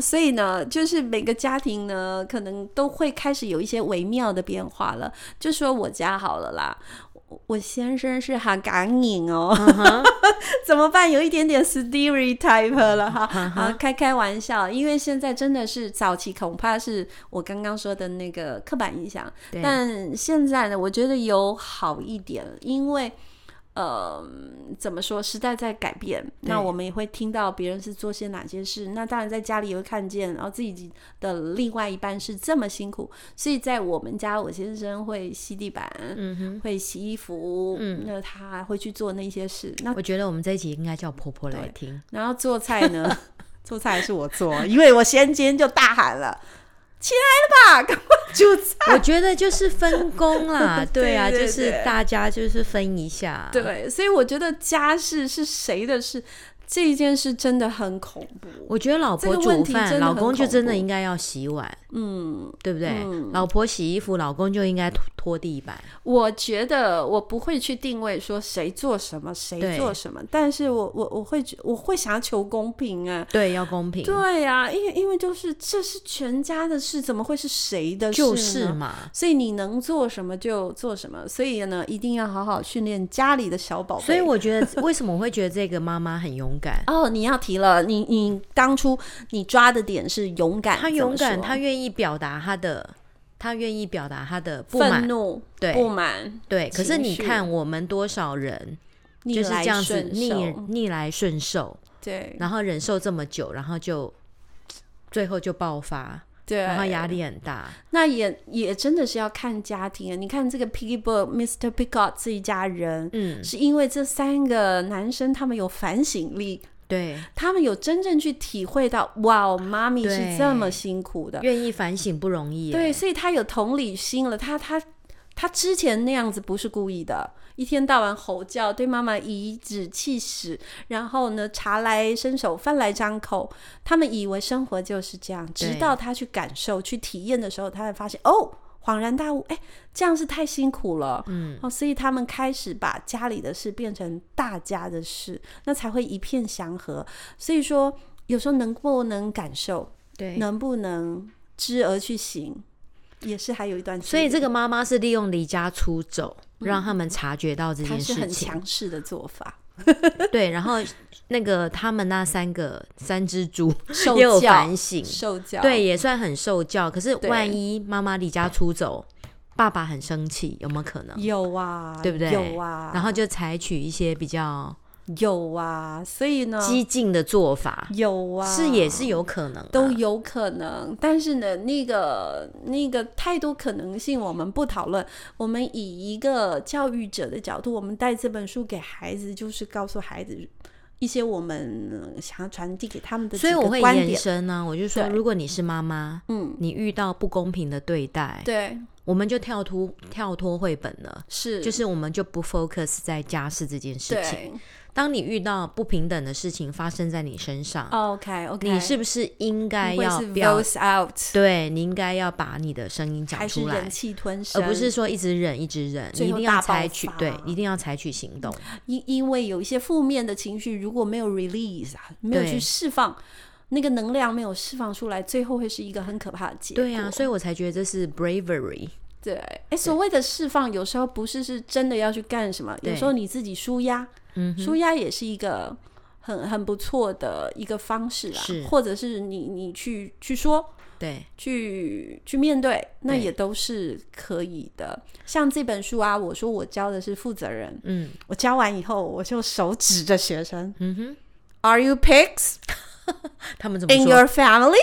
A: 所以呢，就是每个家庭呢，可能都会开始有一些微妙的变化了。就说我家好了啦，我先生是哈港影哦，
B: 嗯哼，
A: 怎么办？有一点点 stereotype 了哈，
B: 嗯
A: 好开开玩笑，因为现在真的是早期恐怕是我刚刚说的那个刻板印象，
B: 对
A: 但现在呢，我觉得有好一点，因为。呃，怎么说？时代在改变，
B: 对
A: 那我们也会听到别人是做些哪些事。那当然，在家里也会看见，然后自己的另外一半是这么辛苦，所以在我们家，我先生会吸地板，
B: 嗯哼，
A: 会洗衣服，
B: 嗯
A: 那他会去做那些事。 那
B: 我觉得我们这一集应该叫婆婆来听。
A: 然后做菜呢？ 做菜还是我做，因为我先今天就大喊了：“起来了吧，赶快煮菜
B: 我觉得就是分工啦，对啊，
A: 对对
B: 就是
A: 对
B: 大家就是分一下！”，
A: 对，所以我觉得家事是谁的事，这一件事真的很恐怖。
B: 我觉得老婆
A: 这个问
B: 煮
A: 题真
B: 饭，
A: 的
B: 老
A: 很
B: 公就
A: 恐
B: 真的
A: 怖
B: 应该要洗碗，
A: 嗯，
B: 对不对？
A: 嗯
B: 老婆洗衣服，老公就应该拖拖地板。
A: 我觉得我不会去定位说谁做什么，
B: 对
A: 谁做什么，但是我我我会觉我会想要求公平啊。
B: 对，要公平，
A: 对呀、因为因为就是这是全家的事，怎么会是谁的事呢？
B: 就是嘛。
A: 所以你能做什么就做什么。所以呢，一定要好好训练家里的小宝贝。
B: 所以我觉得，为什么我会觉得这个妈妈很勇 敢？
A: 哦，你要提了，你你当初你抓的点是勇敢，
B: 她勇
A: 怎
B: 敢，
A: 么
B: 她
A: 说
B: 愿意表达她的，她愿意表达她的不
A: 愤
B: 满。
A: 怒、
B: 对
A: 不满，
B: 对，可是
A: 情
B: 你
A: 绪
B: 看，我们多少人
A: 逆
B: 就是
A: 来
B: 这样子
A: 顺
B: 逆
A: 受
B: 逆来顺受，
A: 对
B: 然后忍受这么久，然后就最后就爆发，
A: 对，
B: 然后压力很大。
A: 那也也真的是要看家庭啊。你看这个 Piggy b o y Mr. Picot 这一家人。
B: 嗯，
A: 是因为这三个男生他们有反省力，
B: 对，
A: 他们有真正去体会到，哇哦，妈咪
B: 对
A: 是这么辛苦的，
B: 愿意反省不容易。啊
A: 对，，所以他有同理心了。他他他之前那样子不是故意的，一天到晚吼叫，对妈妈颐指气使，然后呢茶来伸手，饭来张口。他们以为生活就是这样，直
B: 对
A: 到他去感受、去体验的时候，他才发现哦。恍然大悟，哎、这样是太辛苦了，
B: 嗯，
A: 哦，所以他们开始把家里的事变成大家的事，那才会一片祥和。所以说，有时候能不能感受，
B: 对。
A: 能不能知而去行，也是还有一段距离。
B: 所以这个妈妈是利用离家出走，让他们察觉到这
A: 它
B: 件
A: 嗯是
B: 事
A: 很
B: 情。
A: 强势的做法，
B: 对，然后那个他们那三个三只猪
A: 受
B: 也有
A: 教
B: 反省，
A: 受教。
B: 嗯对，也算很受教。可是
A: 对
B: 万一妈妈离家出走，爸爸很生气，有没有可能？
A: 有啊，
B: 对不对
A: 有啊，
B: 然后就采取一些比较
A: 有啊，所以呢，
B: 激进的做法，
A: 有啊，
B: 是也是有可能啊、
A: 都有可能，但是呢，那个那个太多可能性，我们不讨论。我们以一个教育者的角度，我们带这本书给孩子，就是告诉孩子一些我们呃想要传递给他们的
B: 所以
A: 几个
B: 我会
A: 观
B: 延
A: 点。
B: 伸呢、我就说，
A: 对
B: 如果你是妈妈，
A: 嗯，
B: 你遇到不公平的对待，
A: 对，
B: 我们就跳脱跳脱绘本了，
A: 是
B: 就是我们就不 focus 在家事这件事情。
A: 对
B: 当你遇到不平等的事情发生在你身上，
A: ，OK OK，
B: 你是不是应该要
A: 是
B: 表？
A: voice out，
B: 对你应该要把你的声音
A: 还
B: 讲
A: 是
B: 出
A: 忍
B: 来，
A: 气吞声？
B: 而不是说一直忍一直忍，你
A: 最
B: 一
A: 后
B: 定要
A: 大爆
B: 采取
A: 发
B: 对，一定要采取行动。
A: 因因为有一些负面的情绪，如果没有 release 啊，没有
B: 对
A: 去释放。那个能量没有释放出来，最后会是一个很可怕的结果。
B: 对啊，所以我才觉得这是 bravery。
A: 对，哎，所谓的释放，有时候不是是真的要去干什么，
B: 对
A: 有时候你自己舒压，
B: 嗯哼
A: 舒压也是一个很很不错的一个方式啦
B: 是，
A: 或者是你你去去说，
B: 对，
A: 去去面对，那
B: 对
A: 也都是可以的。像这本书啊，我说我教的是负责人，
B: 嗯
A: 我教完以后，我就手指着学生
B: 嗯哼，
A: ：“Are you pigs
B: 他们怎么
A: in
B: 说？
A: your family？”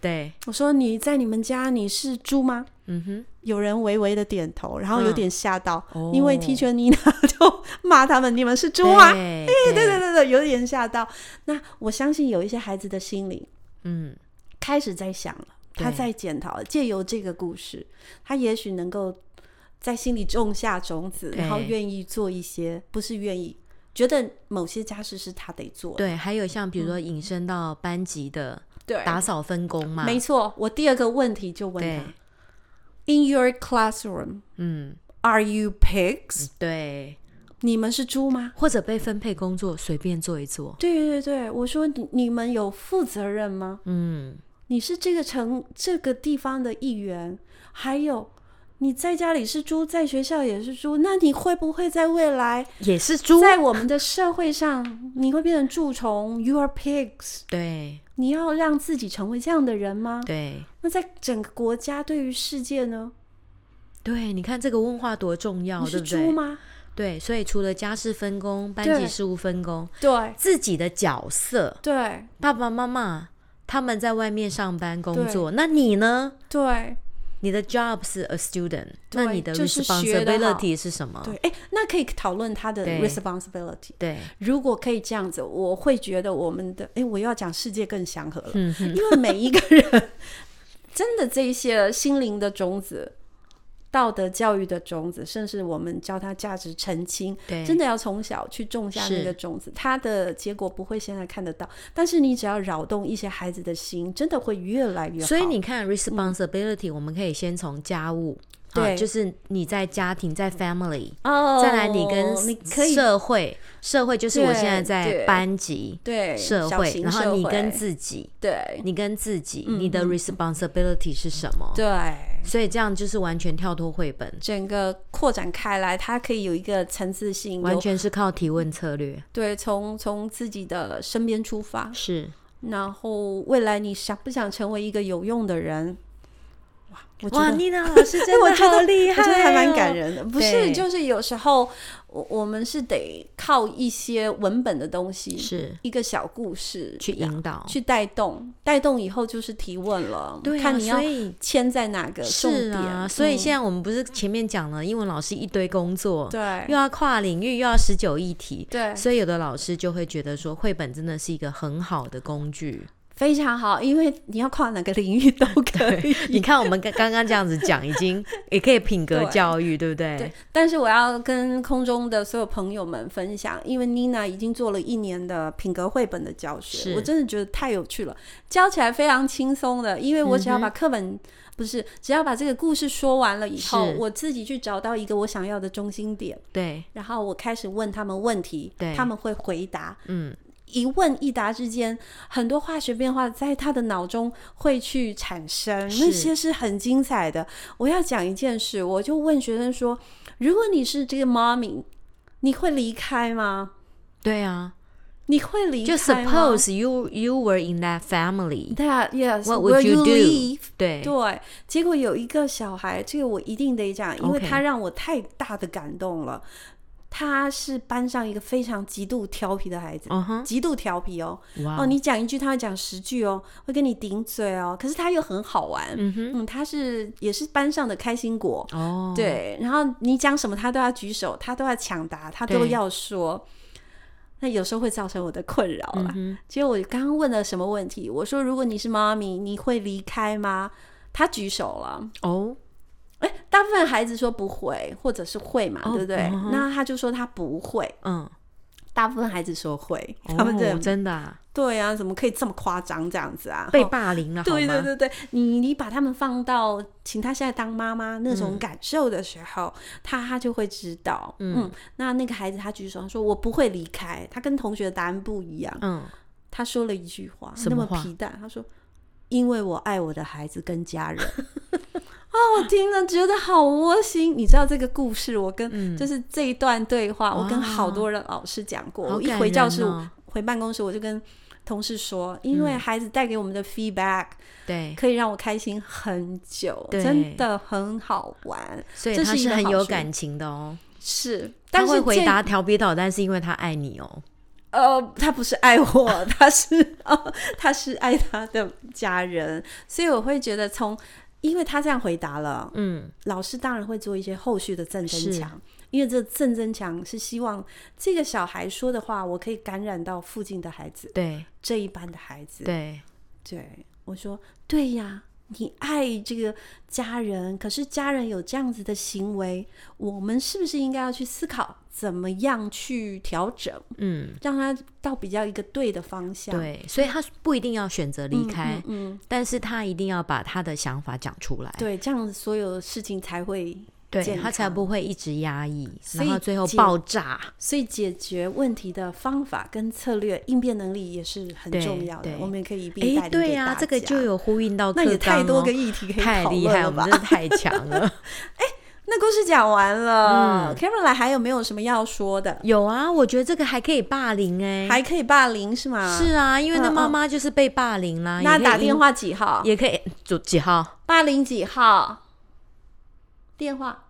B: 对，
A: 我说：“你在你们家你是猪吗？”
B: 嗯哼，
A: 有人微微的点头，然后有点吓到，
B: 哦
A: 因为 Teacher Nina 就骂他们：“你们是猪
B: 对
A: 吗？”
B: 对
A: 对对对对，有点吓到。那我相信有一些孩子的心灵
B: 嗯，
A: 开始在想了，他
B: 对
A: 在检讨了。借由这个故事，他也许能够在心里种下种子，
B: 对
A: 然后愿意做一些，不是愿意觉得某些家事是他得做的。
B: 对，还有像比如说引申到班级的
A: 嗯对
B: 打扫分工嘛，
A: 没错。我第二个问题就问
B: 对
A: 他：In your classroom,
B: 嗯
A: are you pigs？、
B: 对，
A: 你们是猪吗？
B: 或者被分配工作随便做一做，
A: 对对对，我说你你们有负责任吗？
B: 嗯，
A: 你是这个城这个地方的一员，还有你在家里是猪，在学校也是猪，那你会不会在未来，
B: 也是猪，
A: 在我们的社会上，你会变成蛀虫？Your pigs，
B: 对
A: 你要让自己成为这样的人吗？
B: 对
A: 那在整个国家对于世界呢？
B: 对，你看这个文化多重要，
A: 你
B: 哦对
A: 是
B: 不
A: 猪
B: 对？
A: 吗？
B: 对，所以除了家事分工、班级
A: 对
B: 事务分工，
A: 对
B: 自己的角色，
A: 对
B: 爸爸妈妈他们在外面上班工作，那你呢？
A: 对
B: 你的 job 是 a student，
A: 对
B: 那你的
A: 就是学得好
B: responsibility 是什么？
A: 对，哎，那可以讨论他的
B: 哦对
A: responsibility。
B: 对，
A: 如果可以这样子，我会觉得我们的哎，诶我又要讲世界更祥和了，
B: 嗯
A: 因为每一个人真的这一些心灵的种子、道德教育的种子，甚至我们教他价值澄清，
B: 对
A: 真的要从小去种下
B: 是
A: 那个种子，它的结果不会现在看得到，但是你只要扰动一些孩子的心，真的会越来越好。嗯
B: 所以你看 responsibility，、我们可以先从家务，啊，
A: 对嗯
B: 就是你在家庭在 family，、
A: 哦，
B: 再来你跟
A: 你可以
B: 社会，社会就是我
A: 对
B: 现在在
A: 对
B: 班级。
A: 对
B: 社
A: 小
B: 会，
A: 型
B: 然
A: 社
B: 后你跟
A: 会
B: 自己，
A: 对
B: 你跟自己，你的 responsibility 是什么？
A: 对。
B: 所以这样就是完全跳脱绘本，
A: 整个扩展开来，它可以有一个层次性，有
B: 完全是靠提问策略。
A: 对，从从自己的身边出发，
B: 是，
A: 然后未来你想不想成为一个有用的人？哇，我觉
B: 哇，
A: 得。
B: 妮娜老师 真
A: 我
B: 的
A: 觉得
B: 好厉害、哦
A: 我觉得还蛮感。人的。不
B: 对
A: 是，就是有时候我我们是得靠一些文本的东西，
B: 是
A: 一个小故事
B: 去引导，
A: 去带动，带动以后就是提问了，
B: 对啊
A: 看你要
B: 所以
A: 签在哪个重
B: 是
A: 点。
B: 啊。所以
A: 嗯
B: 现在我们不是前面讲了，英文老师一堆工作，又
A: 对
B: 要跨领域，又要十九议题，
A: 对
B: 所以有的老师就会觉得说，绘本真的是一个很好的 工具。
A: 非常好，因为你要跨哪个领域都可以。
B: 你看，我们刚刚刚这样子讲，已 经也可以品格
A: 对
B: 教育，对不 对？
A: 对，但是我要跟空中的所有朋友们分享，因为妮娜已经做了一年的品格绘本的教
B: 是
A: 学，我真的觉得太有趣了，教起来非常轻松的，因为我只要
B: 嗯
A: 把课本、不是，只要把这个故事说完了以后
B: 是，
A: 我自己去找到一个我想要的中心点，
B: 对，
A: 然后我开始问他们问题
B: 对，
A: 他们会回答，
B: 嗯，
A: 一问一答之间，很多化学变化在他的脑中会去产生，
B: 是
A: 那些是很精彩的。我要讲一件事，我就问学生说：“如果你是这个 mommy，你会离开吗？
B: 对啊。
A: 你会离
B: 就
A: 开吗
B: suppose you you were in that family，
A: that yes
B: What
A: will
B: would you do？
A: leave？”
B: 对
A: 对，结果有一个小孩，这个我一定得讲，因为
B: OK
A: 他让我太大的感动了。他是班上一个非常极度调皮的孩子，
B: 嗯哼，
A: 极度调皮哦。
B: 哇
A: 哦，你讲一句，他会讲十句哦，会跟你顶嘴哦。可是他又很好玩，嗯他是也是班上的开心果，
B: 哦，
A: 对。然后你讲什么，他都要举手，他都要抢答，他都
B: 对
A: 要说。那有时候会造成我的困扰啦。
B: 嗯
A: 结果我刚刚问了什么问题？我说，如果你是妈咪，你会离开吗？他举手了。
B: 哦，
A: 哎，大部分孩子说不会，或者是会嘛，
B: 哦
A: 对不对？
B: 嗯哼
A: 那他就说他不会。
B: 嗯，
A: 大部分孩子说会，
B: 哦
A: 他们这、
B: 真的啊
A: 对啊，怎么可以这么夸张这样子啊？
B: 被
A: 哦
B: 霸凌了，
A: 对
B: 好
A: 对
B: 吗，
A: 对对，你你把他们放到请他现在当妈妈那种感受的时候，
B: 嗯
A: 他他就会知道。嗯那那个孩子他举手他说：“我不会离开。”他跟同学的答案不一样，
B: 嗯，
A: 他说了一句话，
B: 什
A: 那么
B: 么话
A: 皮蛋，他说：“因为我爱我的孩子跟家 人。”哦，我听了觉得好窝心。你知道这个故事，我跟、
B: 嗯
A: 就是这一段对话，我跟好多人老师讲过。
B: 好
A: 我一
B: 感
A: 回教
B: 人
A: 室，
B: 哦嗯
A: 回办公室，我就跟同事说，因为孩子带给我们的 feedback、
B: 对，
A: 可以让我开心很久，
B: 对
A: 真的很好玩。
B: 所以
A: 这
B: 他
A: 是一
B: 是
A: 个
B: 很
A: 好
B: 有
A: 处
B: 感情的哦，
A: 是，
B: 他
A: 但
B: 会
A: 是
B: 回
A: 这
B: 答调皮捣蛋是因为他爱你哦，
A: 呃，他不是爱我， 他是哦，他是爱他的家人，所以我会觉得从，因为他这样回答了，
B: 嗯，
A: 老师当然会做一些后续的正增
B: 是
A: 强。因为这正增强是希望这个小孩说的话，我可以感染到附近的孩子，
B: 对
A: 这一班的孩子。
B: 对，
A: 对，我说对呀，你爱这个家人，可是家人有这样子的行为，我们是不是应该要去思考怎么样去调整，
B: 嗯，
A: 让他到比较一个对的方向？
B: 对，所以他不一定要选择离
A: 嗯，
B: 开，
A: 嗯，嗯
B: 但是他一定要把他的想法讲出来，
A: 对，这样子所有的事情才会。
B: 对
A: 健
B: 他才
A: 康
B: 不会一直压抑，
A: 所
B: 然后
A: 以
B: 最后
A: 解
B: 爆炸。
A: 所以解决问题的方法跟策略、应变能力也是很
B: 对
A: 重要
B: 对
A: 的，我们也可以一并带
B: 哎，
A: 领
B: 对
A: 给
B: 呀、
A: 大
B: 这个
A: 家
B: 就有呼应到
A: 那也
B: 课纲
A: 太多
B: 哦
A: 个议题可以
B: 太
A: 讨
B: 厉
A: 论
B: 害，
A: 了
B: 我
A: 吧
B: 们真的太强了。
A: 那故事讲完
B: 嗯
A: 了、c a r o l i n e 还有没有什么要说的？
B: 有啊，我觉得这个还可以霸凌哎、
A: 还可以霸凌是吗？
B: 是啊，因为那
A: 嗯嗯
B: 妈妈就是被霸凌啦。
A: 那
B: 也可以
A: 打
B: 因
A: 电话几号？
B: 也可以，就几号？
A: 八零几号电话。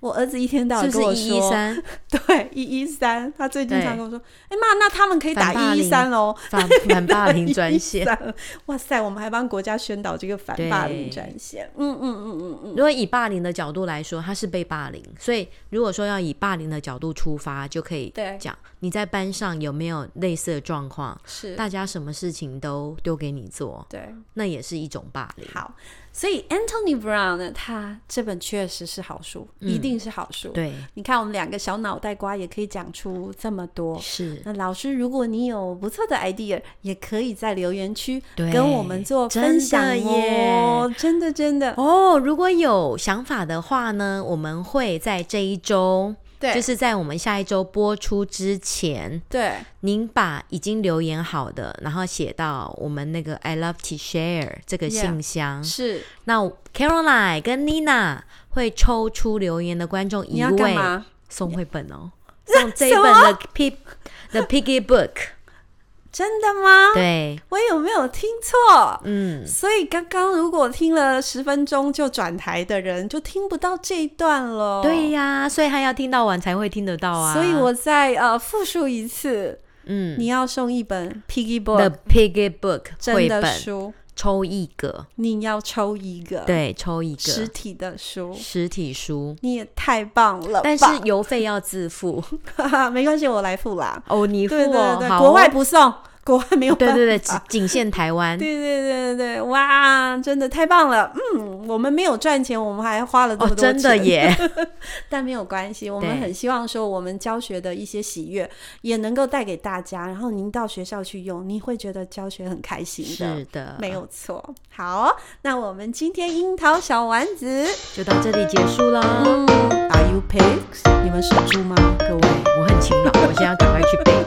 A: 我儿子一天到
B: 是
A: 晚跟
B: 不
A: 我说，
B: 是一一三
A: 对一一三，他最近常跟我说，哎妈，那他们可以打
B: 反霸
A: 一
B: 凌
A: 一三哦喽。
B: 反反 霸凌专 线？
A: 113哇塞，我们还帮国家宣导这个反霸凌专线。嗯嗯嗯嗯嗯，
B: 如果以霸凌的角度来说，他是被霸凌，所以如果说要以霸凌的角度出发，就可以
A: 对
B: 讲你在班上有没有类似的状况，
A: 是，
B: 大家什么事情都丢给你做，
A: 对，
B: 那也是一种霸凌。
A: 好。所以 Anthony Brown 呢，他这本确实是好书，一定是好书。
B: 嗯对，
A: 你看我们两个小脑袋瓜也可以讲出这么多。
B: 是
A: 那老师，如果你有不错的 idea，也可以在留言区
B: 对
A: 跟我们做
B: 真的
A: 分享哦。真的真的，
B: 哦。如果有想法的话呢，我们会在这一周，
A: 对，
B: 就是在我们下一周播出之前，
A: 对
B: 您把已经留言好的，然后写到我们那个 I love to share 这个
A: Yeah
B: 信箱。
A: 是。
B: 那 Caroline 跟 Nina 会抽出留言的观众
A: 你
B: 一
A: 要干
B: 位
A: 嘛？
B: 送绘本哦，送这一本的 Pig The Piggy Book。
A: 真的吗？
B: 对，
A: 我有没有听错？
B: 嗯，
A: 所以刚刚如果听了十分钟就转台的人，就听不到这一段了。
B: 对、呀，所以他要听到完才会听得到啊。
A: 哦所以我再呃复述一次，
B: 嗯
A: 你要送一本 Piggy
B: ，The
A: Book
B: Piggy Book
A: 真
B: 绘
A: 的
B: 本
A: 书，
B: 抽一个，
A: 你要抽一个
B: 对，抽一
A: 实
B: 个
A: 体的书。
B: 实体书，
A: 你也太棒了吧，
B: 但是邮费要 自付
A: 没关系，我来付啦。
B: 哦，你付
A: 对对
B: 哦，
A: 对，
B: 好哦，
A: 国外不送，国外没有办
B: 对
A: 法。
B: 对对，只仅限台 湾。
A: 对对对对对哇，真的太棒了！嗯，我们没有赚钱，我们还花了这
B: 哦
A: 么，多钱，
B: 真的耶！
A: 但没有关系，我们
B: 对
A: 很希望说，我们教学的一些喜悦也能够带给大家，然后您到学校去用，你会觉得教学很开心的
B: 是。的，
A: 没有错，好，那我们今天樱桃小丸子，
B: 就到这里结束了。
A: 嗯，Are you pigs？你们是猪吗，各位？
B: 我很勤劳，我现在要赶快去背。哦